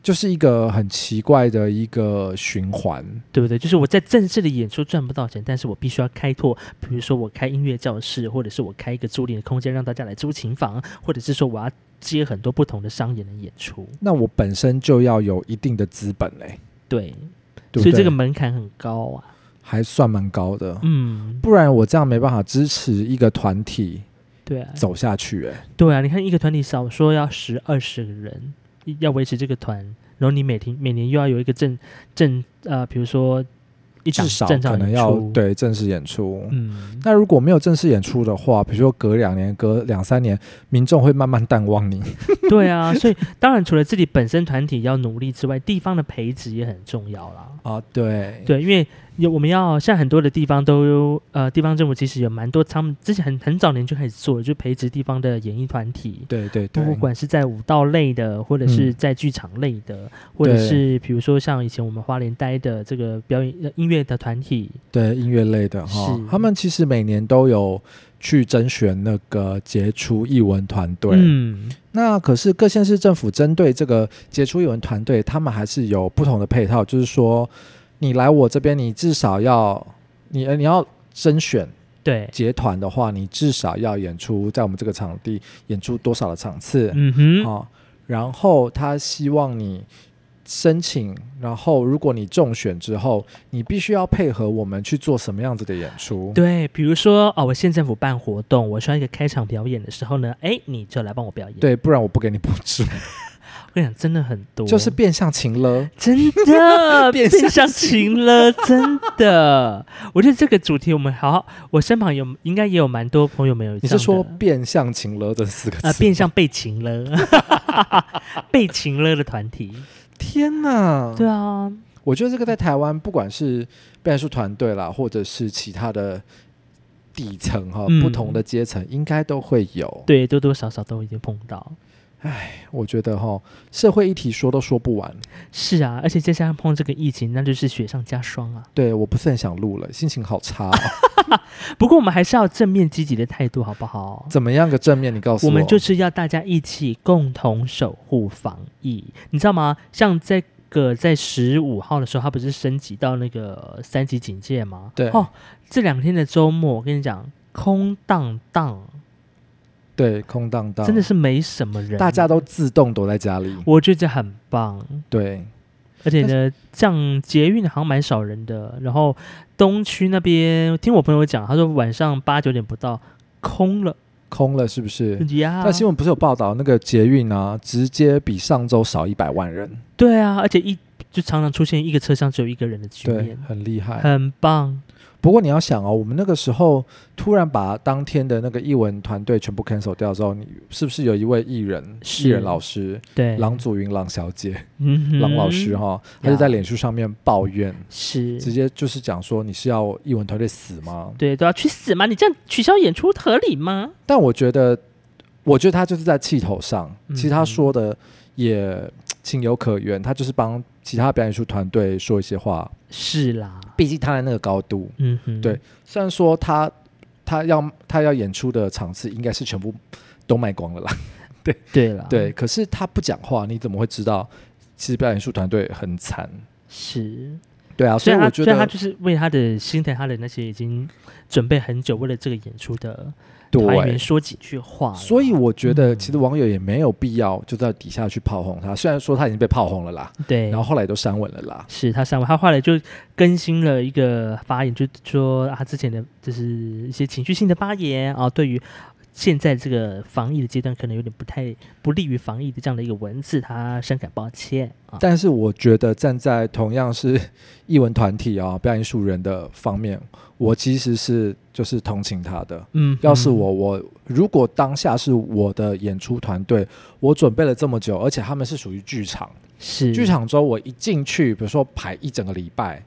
就是一个很奇怪的一个循环。
对不对？就是我在正式的演出赚不到钱，但是我必须要开拓，比如说我开音乐教室，或者是我开一个租赁的空间让大家来租琴房，或者是说我要接很多不同的商演的演出，
那我本身就要有一定的资本嘞、
对，
对不对
所以这个门槛很高啊。
还算蛮高的，
嗯，
不然我这样没办法支持一个团体
对啊，
走下去、欸。
对啊，你看一个团体少说要十二十个人，要维持这个团，然后你每天每年又要有一个正正呃，比如说一场
至少
正常
可能
演
要
出，
对正式演出。
嗯，
那如果没有正式演出的话，比如说隔两年、隔两三年，民众会慢慢淡忘你。
对啊，所以当然除了自己本身团体要努力之外，地方的培植也很重要啦。
啊，对，
对，因为有我们要像很多的地方都呃，地方政府其实有蛮多，他们之前很很早年就开始做了，就培植地方的演艺团体，
对对对
不管是在舞蹈类的，或者是在剧场类的，或者
对
是比如说像以前我们花莲待的这个表演呃音乐的团体，
对音乐类的哈
是，
他们其实每年都有去甄选那个杰出艺文团队。
嗯，
那可是各县市政府针对这个杰出艺文团队，他们还是有不同的配套，就是说，你来我这边，你至少要你呃你要甄选
对，
结团的话，你至少要演出在我们这个场地演出多少的场次啊、
嗯哼，
哦然后他希望你申请，然后如果你中选之后，你必须要配合我们去做什么样子的演出。
对，比如说哦，我县政府办活动，我需要一个开场表演的时候呢，哎，你就来帮我表演。
对，不然我不给你补 助，
我跟你讲，真的很多，
就是变相情了。
真 的变
变
相
相
情了，真的。我觉得这个主题我们好好，我身旁有应该也有蛮多朋友没有这
你
样的。
是说变相情了这四个字？
啊、变相被情了， 被情了的团体。
天哪！
对啊，
我觉得这个在台湾，不管是变数团队啦，或者是其他的底层哈、
嗯
不同的阶层，应该都会有。
对，多多少少都已经碰到。
我觉得哈、社会议题说都说不完。
是啊，而且再加上碰这个疫情，那就是雪上加霜啊。
对，我不是很想录了，心情好差、哦。
不过我们还是要正面积极的态度，好不好？
怎么样个正面？你告诉
我
我
们就是要大家一起共同守护防疫，你知道吗？像这个在十五号的时候，它不是升级到那个呃三级警戒吗？
对
哦，这两天的周末，我跟你讲，空荡荡，
对空荡荡，
真的是没什么人，
大家都自动躲在家里。
我觉得这很棒。
对，
而且呢，像捷运好像蛮少人的，然后东区那边，听我朋友讲，他说晚上八九点不到空了，
空了是不是？
呀，
那新闻不是有报道那个捷运啊，直接比上周少一百万人，
对啊，而且一就常常出现一个车厢只有一个人的局
对
面，，
很厉害。
很棒。
不过你要想哦，我们那个时候突然把当天的那个艺文团队全部 cancel 掉之后，你是不是有一位艺人、
是
艺人老师
对，
郎祖云郎小姐、
嗯哼
郎老师哈、她就在脸书上面抱怨，
是，
直接就是讲说你是要艺文团队死吗？
对，都要去死吗？你这样取消演出合理吗？
但我觉得，我觉得他就是在气头上，
嗯
其实他说的也情有可原，他就是帮其他表演艺术团队说一些话，
是啦，
毕竟他在那个高度，
嗯哼，
对虽然说他他要他要演出的场次应该是全部都卖光了啦，
对啦，
对，，可是他不讲话，你怎么会知道？其实表演艺术团队很惨，
是。
对啊，所以
他
我觉
所以他
得
就是为他的心疼他的那些已经准备很久为了这个演出的团员
对。
说几句话啦。
所以我觉得，
嗯
其实网友也没有必要就在底下去炮轰他。虽然说他已经被炮轰了啦，
对，
然后后来也都删文了啦。
是他上网，他后来就更新了一个发言，就说啊之前的就是一些情绪性的发言啊，对于现在这个防疫的阶段，可能有点不太不利于防疫的这样的一个文字，他深感抱歉啊。
但是我觉得站在同样是 艺文团体啊、表演艺术人的方面，我其实是就是同情他的。
嗯，
要是我，我如果当下是我的演出团队，我准备了这么久，而且他们是属于剧场，
是
剧场周我一进去，比如说排一整个礼拜，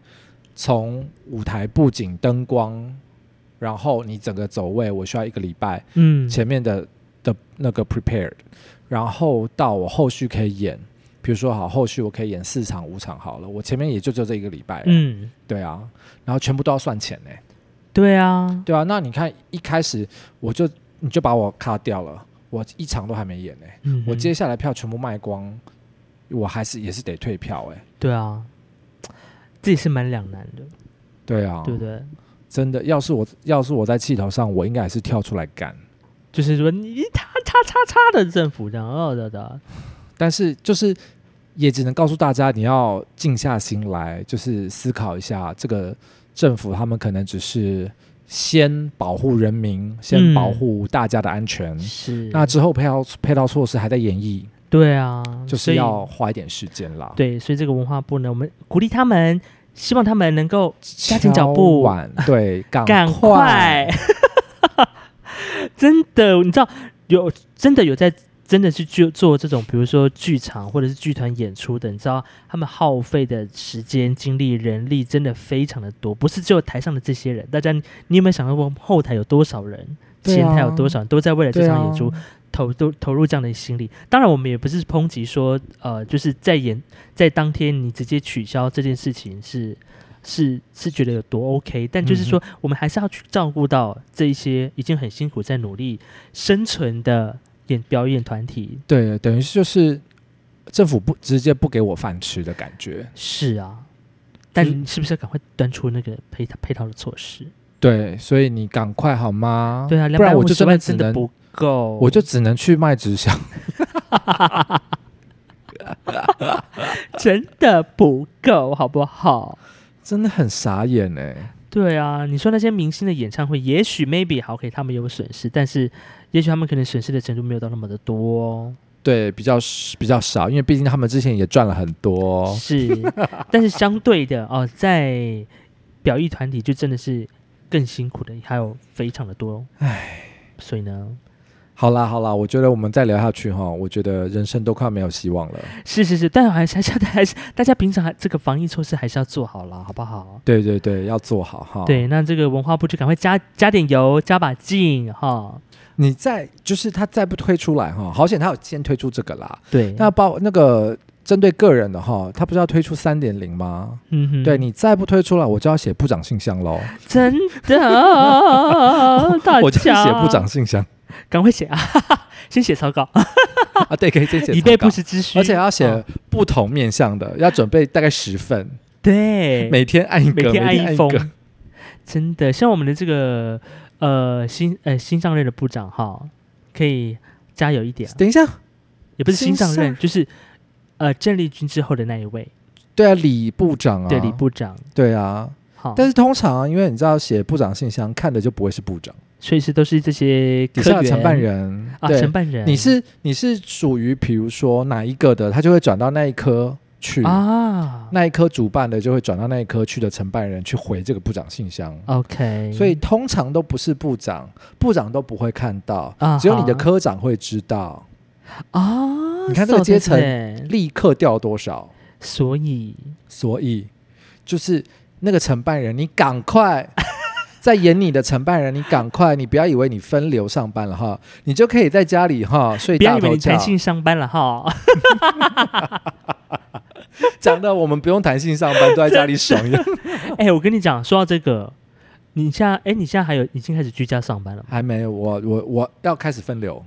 从舞台布景、灯光，然后你整个走位，我需要一个礼拜
嗯，
前面的的那个 prepared，然后到我后续可以演，比如说好，后续我可以演四场五场好了，我前面也就只有这一个礼拜，嗯，
嗯，
对啊，然后全部都要算钱呢、
对啊，
对啊，那你看一开始我就你就把我卡掉了，我一场都还没演呢、
嗯，
我接下来票全部卖光，我还是也是得退票哎、
对啊，这也是蛮两难的，
对啊，
对不对？
真的，要是我要是我在气头上，我应该还是跳出来干。
就是说你他叉叉叉的政府这样，哦的的，
嗯但是就是也只能告诉大家，你要静下心来，就是思考一下，这个政府他们可能只是先保护人民，先
嗯
保护大家的安全，
是
那之后配套配套措施还在演绎，
对啊，
就
所
是
以
要花一点时间啦。，
对，所以这个文化部呢，我们鼓励他们，希望他们能够加紧脚步
晚对，赶
赶快， 真的，你知道有真的有在真的去做做这种，比如说剧场或者是剧团演出的，你知道他们耗费的时间、精力、人力真的非常的多，不是只有台上的这些人，大家你你有没有想到过后台有多少人？
对
前
啊
台有多少人都在为了这
对
场
啊
演，出投都投入这样的心力。当然，我们也不是抨击说，呃，就是在演在当天你直接取消这件事情是是是觉得有多 OK，但
嗯
就是说，我们还是要去照顾到这一些已经很辛苦在努力生存的演表演团体。
对，等于是就是政府不直接不给我饭吃的感觉。
是啊，
就是
但是不是要赶快端出那个配套配套的措施？
对，所以你赶快好吗？
对啊，两
不
百
然我
五
就
十
真的
万
只
真的
能，
不够，
我就只能去卖直销。
真的不够，好不好？
真的很傻眼哎、
对啊，你说那些明星的演唱会，也许 maybe 好，给他们有损失，但是也许他们可能损失的程度没有到那么的多哦、
对，比较比较少，因为毕竟他们之前也赚了很多。
是，但是相对的哦，在表艺团体就真的是更辛苦的，还有非常的多，唉，所以呢，
好啦好啦，我觉得我们再聊下去哈，我觉得人生都快没有希望了。
是是是，但还是还 是还是大家平常还这个防疫措施还是要做好啦，好不好？
对对对，要做好哈。，
对，那这个文化部就赶快加加点油，加把劲哈。
你再就是他再不推出来哈，好险他有先推出这个啦。
对，
那包那个针对个人的哈，他不是要推出三点零吗？
嗯哼，
对你再不推出来，我就要写部长信箱喽。
真的，大
我就
家
写部长信箱
赶快写啊， 哈哈先写草稿，
啊，对，可以先写
以
草
备
稿
不时之需，
而且要
哦
写不同面向的，要准备大概十份，
对，
每天按一
每
个，
天
每天按
一
一
封
个。，
真的像我们的这个呃新呃新上任的部长哈，可以加油一点啊，
等一下，
也不是新上
新
任，就是呃郑丽君之后的那一位，
对啊，李部长啊，
对李，部长，
对啊。
好，
但是通常、因为你知道写部长信箱看的就不会是部长，
所以是都是这些
底
科
下
员
的承办人，
啊，
对，
承办人，
你是你是属于比如说哪一个的，他就会转到那一科去。
啊
那一科主办的就会转到那一科去的承办人去回这个部长信箱，
啊，OK，
所以通常都不是部长，部长都不会看到，
啊
只有你的
哈
科长会知道。
啊，
你看这个阶层
扫地人
立刻掉多少。
所以
所以就是那个承办人，你赶 快在演你的承办人，你赶快，你不要以为你分流上班了哈，你就可以在家里哈睡
不要
大
以为
头
你
觉
弹。性上班了哈，
讲的我们不用弹性上班，都在家里爽 一样。
哎、我跟你讲，说到这个，你现在哎、你现在还有已经开始居家上班了吗？
还没有，我我我要开始分流。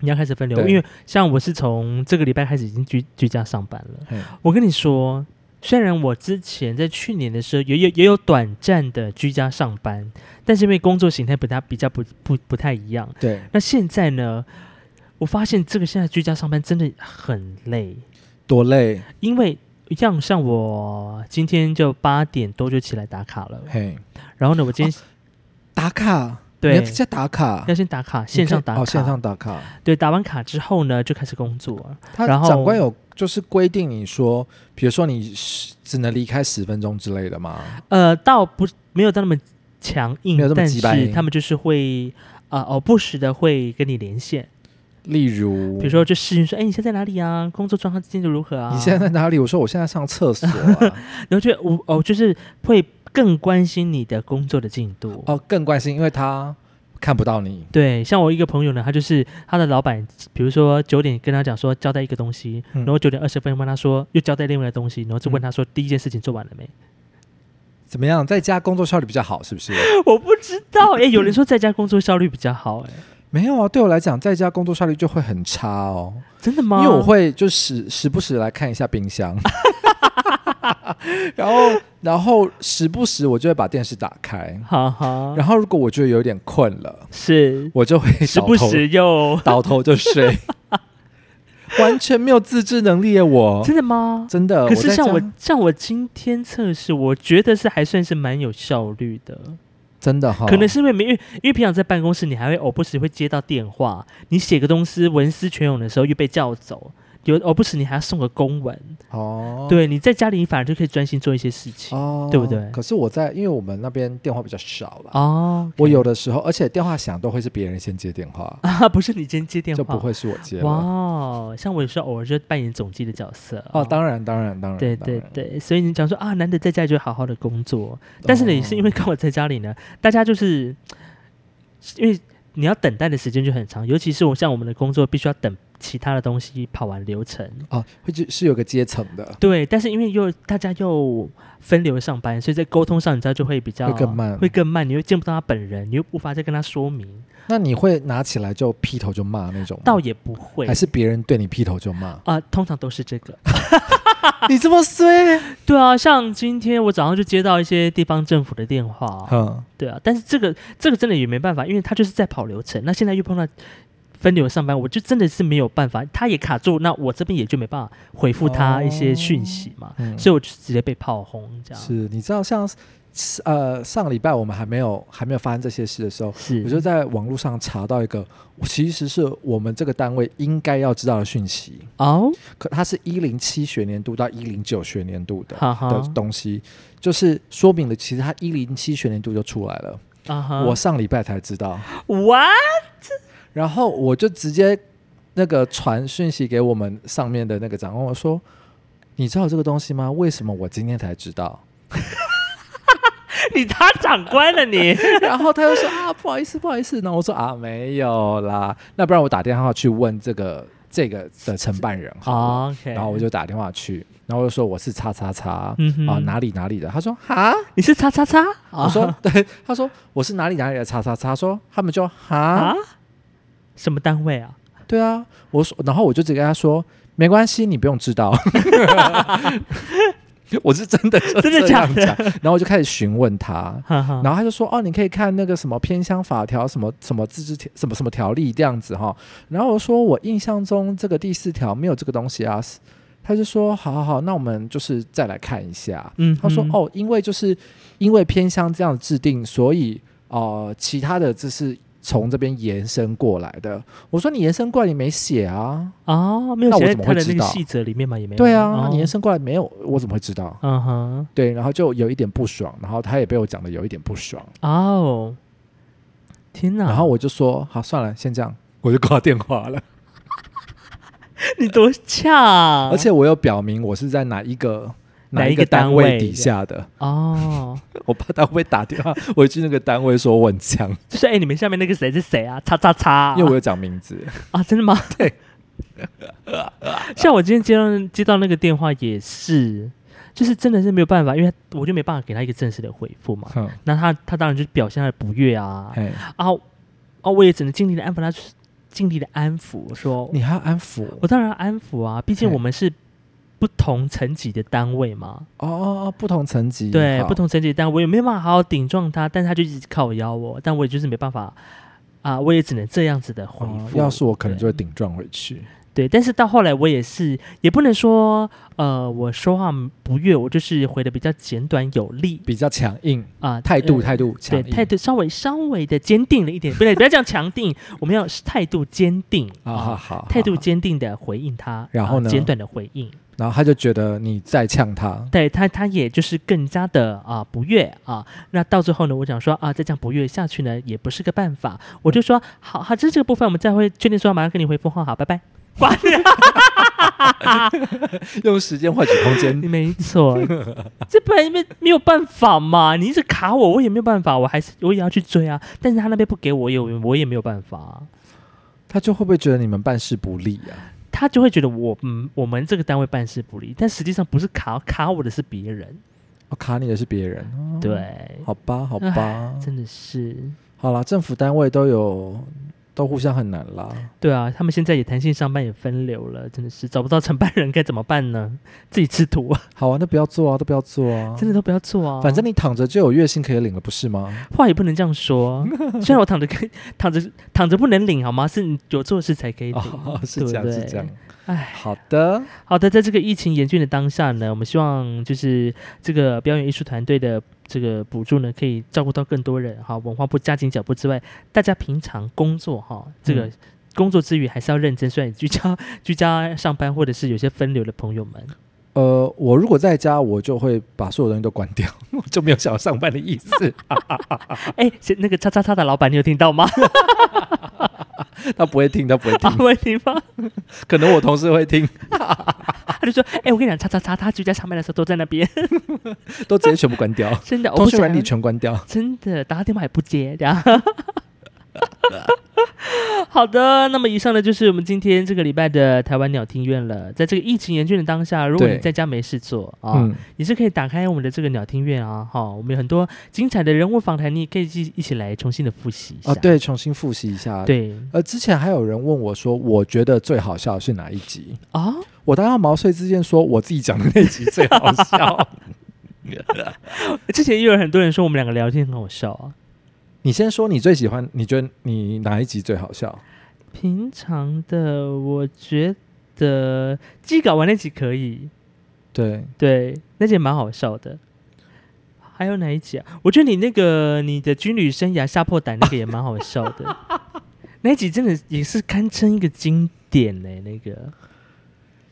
你要开始分流，
对
因为像我是从这个礼拜开始已经居居家上班了。
嘿
我跟你说，虽然我之前在去年的时候也有也有短暂的居家上班，但是因为工作形态不太比较不不不太一样。
对
那现在呢，我发现这个现在居家上班真的很累，
多累，
因为像像我今天就八点多就起来打卡了，
嘿，
然后呢，我今天、
打卡，
对
你要在打卡
要，先打卡，线上
你可
打
以
卡，
哦，线上打卡。
对，打完卡之后呢，就开始工作了。
他
然后
长官有就是规定你说，比如说你十只能离开十分钟之类的吗？
呃，倒不没有到那么强硬
没有这，么
但
鸡掰
是他们就是会啊、呃、哦不时的会跟你连线，
嗯例如，
比如说就试讯说，哎，你现在在哪里啊？工作状况进度如何啊？
你现在在哪里？我说我现在上厕所、啊。
然后就我哦，就是会更关心你的工作的进度。
哦，更关心，因为他看不到你，
对，像我一个朋友呢，他就是他的老板，比如说九点跟他讲说交代一个东西，
嗯
然后九点二十分问他说又交代另外一个东西，然后就问
嗯
他说、第一件事情做完了 没？
怎么样，在家工作效率比较好，是 不是？
我不知道， 哎、有人说在家工作效率比较好、诶，哎，
没有啊，对我来讲，在家工作效率就会很差哦，
真的
因
吗？
为我会就时时不时来看一下 冰箱，然后然后时不时我就会把电视打开，
哈哈，
然后如果我觉得有点困了，
是
我就会
时
倒
不
头
时又
倒头就睡， 完全没有自制能力耶，我
真的吗？
真的。
可是
呃在
像
家
我像我今天测试，我觉得是还算是蛮有效率的，
真的哈，
可能是因为没因为因为平常在办公室，你还会偶不时会接到电话，你写个东西文思泉涌的时候又被叫走，有偶不时你还要送个公文，
哦，
对，你在家里你反而就可以专心做一些事情。
哦，
对不对
可是我在，因为我们那边电话比较少了，
哦，
我有的时候，而且电话响都会是别人先接电话，
啊，不是你今天接电话
就不会是我接
哇
了。
哦，像我有时候偶尔就扮演总机的角色
哦，当然，当然，当然，
对
当
对
然，
对，所以你讲说啊，难得在家里就好好的工作，但是呢，
哦
也是因为刚好在家里呢，大家就是因为你要等待的时间就很长，尤其是我像我们的工作必须要等其他的东西跑完流程。
哦，会是是有个阶层的，
对，但是因为又大家又分流上班，所以在沟通上你知道就会比较
会更慢哦
会更慢，你又见不到他本人，你又无法再跟他说明，
那你会拿起来就劈头就骂那种吗？
倒也不会？
还。是别人对你劈头就骂
啊、通常都是这个。
你这么衰，
对啊，像今天我早上就接到一些地方政府的电话，
嗯，
对啊，但是这个这个真的也没办法，因为他就是在跑流程。那现在又碰到分流上班，我就真的是没有办法，他也卡住，那我这边也就没办法回复他一些讯息嘛，
哦嗯
所以我就直接被炮轰这样。
是，你知道像是呃上礼拜我们还没有还没有发生这些事的时候，
是，
我就在网络上查到一个，其实是我们这个单位应该要知道的讯息，
哦，
可它是一零七学年度到一零九学年度的
哈哈，
的东西，就是说明了其实它一零七学年度就出来了，
啊哈，
我上礼拜才知道，
哇，
然后我就直接那个传讯息给我们上面的那个长官，我说。你知道这个东西吗？为什么我今天才知道？
你他长官了 你，
然后他又说啊，不好意思，不好意思。然后我说啊，没有啦，那不然我打电话去问这个这个的承办人好了。
哦 OK，
然后我就打电话去，然后我就说我是叉叉叉
嗯哼
啊哪里哪里的，他说哈，
你是叉叉叉，啊
我说 对，他说我是哪里哪里的叉叉叉，说他们就哈
啊，，什么单位啊？
对啊，我说，然后我就直接跟他说没关系，你不用 知道。 我是真的就
真的
这
假
样
的
讲，然后我就开始询问他，
哈哈，
然后他就说：“哦，你可以看那个什么偏乡法条，什么什么自治条，什么什么条例这样子哈。”然后我说：“我印象中这个第四条没有这个东西啊。”他就说：“好好好，那我们就是再来看一下。”
嗯哼，
他说：“哦，因为就是因为偏乡这样制定，所以呃，其他的这是从这边延伸过来的。”我说：“你延伸过来，你没写啊？
哦，没有
那我
写在
怎么
他
会
的那
知
个
道
细则里面嘛，也没有
对啊，
哦
你延伸过来没有？我怎么会知道？
嗯哼。
对，然后就有一点不爽，然后他也被我讲的有一点不爽。”
哦，天哪！
然后我就说好，算了，先这样，嗯 我就挂电话了。
你多恰啊，
而且我有表明我是在哪一个
哪一
一
个
个
单
单
位
底下的，
哦，
我怕他会不会打电话 回去那个单位说我很强，
就是哎、你们下面那个谁是谁啊？叉叉叉，
因为我有讲名字。
啊，真的吗？
对，
像我今天接到接到那个电话也是，就是真的是没有办法，因为我就没办法给他一个正式的回复嘛。
哼，
那他他当然就是表现他的不悦啊
哎，
啊啊！我也只能尽力的安抚他，就是尽力的安抚说，
你还哎要安抚
我当然要安抚啊，毕竟
嘿
我们是不同层级的单位嘛。
哦哦哦，不同层级
对，
好
不同层级，但我也没办法好好顶撞他，但是他就一直靠腰我，但我也就是没办法啊，我也只能这样子的回
哦
复。
要是我可能就会顶撞回去。
对，但是到后来我也是，也不能说呃，我说话不悦，我就是回的比较简短有力
比较强硬，
啊，
态度
呃
态度强
对
硬，
态度稍微稍微的坚定了一点，不对，不要这样强定，我们要态度坚定
啊，好好
态度。
好
坚定的回应他，
然
啊
后呢
简短的回应，
然后他就觉得你在呛他，
对他，他也就是更加的啊、不悦啊。那到最后呢，我想说啊，再这样不悦下去呢，也不是个办法。我就说好，好，这这个部分我们再会确定说，马上跟你回复哈，好，拜拜。烦呀！
用时间换取空间。
没错，这不然没没有办法嘛，你一直卡我，我也没有办法，我还是我也要去追啊。但是他那边不给我，也我也没有办法啊、
他就会不会觉得你们办事不力啊？
他就会觉得我嗯，我们这个单位办事不力，但实际上不是卡卡我的是别人，
哦，卡你的是别人，哦，
对，
好吧，好吧，
嗯真的是，
好啦，政府单位都有都互相很难啦。
对啊，他们现在也弹性上班也分流了，真的是找不到承办人该怎么办呢？ 自己吃土，
好啊，那不要做啊，都不要做啊，
真的都不要做啊，
反正你躺着就有月薪可以领了，不是吗？
话也不能这样 说，啊虽然我躺着可以躺着躺着不能领好吗？是你有做事才可以领。
哦， 是
对不
这样，是
对
这样。
哎，
好的，
好的，在这个疫情严峻的当下呢，我们希望就是这个表演艺术团队的这个补助呢，可以照顾到更多人哈。文化部加紧脚步之外，大家平常工作哈，这个
嗯
工作之余还是要认真，虽然居家居家上班或者是有些分流的朋友们，
呃，我如果在家，我就会把所有东西都关掉， 我就没有想要上班的意思。
哎，是那个叉叉叉的老板，你有听到 吗？
他不会听，他不会 听
啊，，会听吗？
可能我同事会听，
他就说，哎，我跟你讲，叉叉叉，他居家上班的时候都在那边，
都直接全部关掉，
真 的，我
通
不
讯软
想
体全关掉。
真的打他电话也不接，这样。 好的，那么以上呢就是我们今天这个礼拜的台湾鸟听院了。在这个疫情严峻的当下，如果
对
你在家没事做啊，
嗯，
也是可以打开我们的这个鸟听院啊，哈，我们有很多精彩的人物访谈，你也可以一一起来重新的复习一下。
啊，对，重新复习一下。，
对
呃，之前还有人问我说，我觉得最好笑的是哪一集？
啊，
我当然毛遂自荐说，我自己讲的那集最好笑。
之前也有很多人说我们两个聊天很好笑啊。
你先说你最喜欢，你觉得你哪一集最好笑？
平常的我觉得机稿完那集可以，
对，
对，那集也蛮好笑的。还有哪一集啊？我觉得你那个你的军旅生涯吓破胆那个也蛮好笑 的，那一集真的也是堪称一个经典呢、那个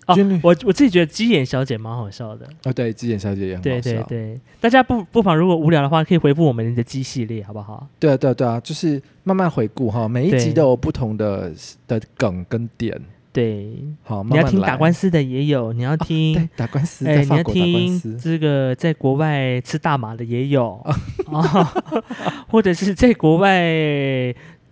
哦
军旅，
我我自己觉得鸡眼小姐蛮好笑的。
哦，对，之前小姐也很
对
好笑。
对对，大家不不妨如果无聊的话，可以回复我们的鸡系列，好不好？
对啊，对啊，对啊，就是慢慢回顾哈，每一
对
集都有不同的的梗跟点。
对，
好，
你
慢慢
要听
来啊
打官司的也有，你要听、
对打官司，
哎，
在
你要
法国打官
听
司，
这个在国外吃大麻的也 有啊，或者是在国外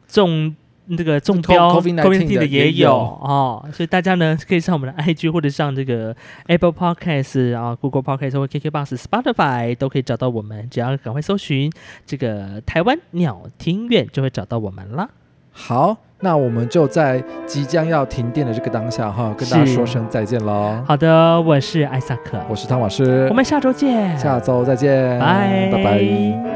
中那个中标
COVID-19
的也
的也
有
有
哦，所以大家呢可以上我们的 IG 或者上这个 Apple Podcast 啊、Google Podcast 或 KKBox、Spotify 都可以找到我们，只要赶快搜寻这个台湾鸟听院就会找到我们啦。
好，那我们就在即将要停电的这个当下哈，跟大家
是
说声再见喽。
好的，我是艾萨克，
我是汤老师，
我们下周见，
下周再见，
拜
拜拜。